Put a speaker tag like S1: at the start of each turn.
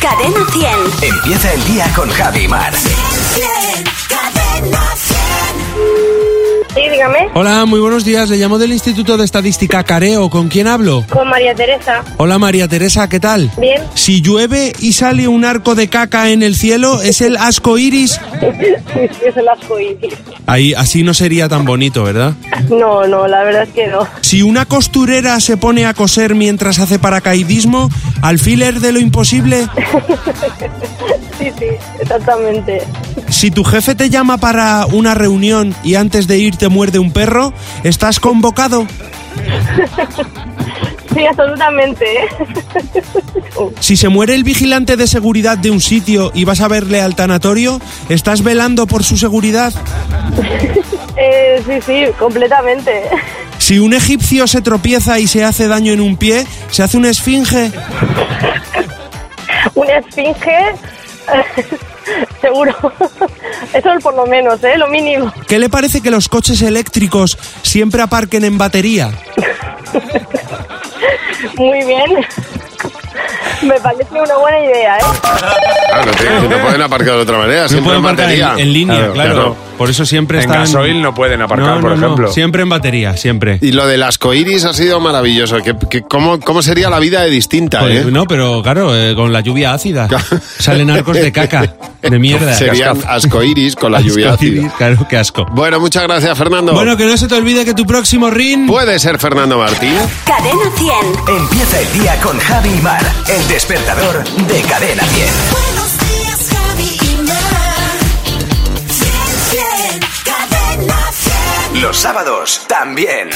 S1: Cadena 100.
S2: Empieza el día con Javi Mar.
S1: Cadena 100.
S3: Sí, dígame.
S4: Hola, muy buenos días. Le llamo del Instituto de Estadística Careo. ¿Con quién hablo?
S3: Con María Teresa.
S4: Hola María Teresa, ¿qué tal?
S3: Bien.
S4: Si llueve y sale un arco de caca en el cielo, ¿es el asco iris?
S3: es el asco iris.
S4: Ahí, así no sería tan bonito, ¿verdad?
S3: No, no, la verdad es que no.
S4: Si una costurera se pone a coser mientras hace paracaidismo, alfiler de lo imposible.
S3: Sí, sí, exactamente.
S4: Si tu jefe te llama para una reunión y antes de ir te muerde un perro, estás convocado.
S3: Sí, absolutamente.
S4: Si se muere el vigilante de seguridad de un sitio y vas a verle al tanatorio, estás velando por su seguridad.
S3: Eh, sí, sí, completamente.
S4: Si un egipcio se tropieza y se hace daño en un pie, se hace una esfinge.
S3: Una esfinge, seguro. Eso por lo menos, ¿eh? Lo mínimo.
S4: ¿Qué le parece que los coches eléctricos siempre aparquen en batería?
S3: Muy bien. Me parece una buena idea, ¿eh?
S5: Claro, no, te, no pueden aparcar de otra manera,
S4: No
S5: siempre en
S4: pueden aparcar
S5: batería.
S4: en, en línea, claro.
S5: claro.
S4: Por eso siempre
S6: En
S4: están...
S6: gasoil no pueden aparcar,
S4: No,
S6: por
S4: no, no.
S6: ejemplo.
S4: Siempre en batería, siempre.
S5: Y lo del ascoiris ha sido maravilloso. Que, que cómo, ¿Cómo sería la vida de distinta,
S4: Pues,
S5: eh?
S4: No, pero claro, eh, con la lluvia ácida. Salen arcos de caca, de mierda.
S5: Serían ascoiris con la lluvia
S4: Asco,
S5: ácida.
S4: Claro, qué asco.
S5: Bueno, muchas gracias, Fernando.
S4: Bueno, que no se te olvide que tu próximo ring...
S5: Puede ser Fernando Martín.
S1: Cadena 100.
S2: Empieza el día con Javi Mar. El despertador de Cadena 10.
S1: Buenos días, Javi y Mar. 100, 100. Cadena 100.
S2: Los sábados también.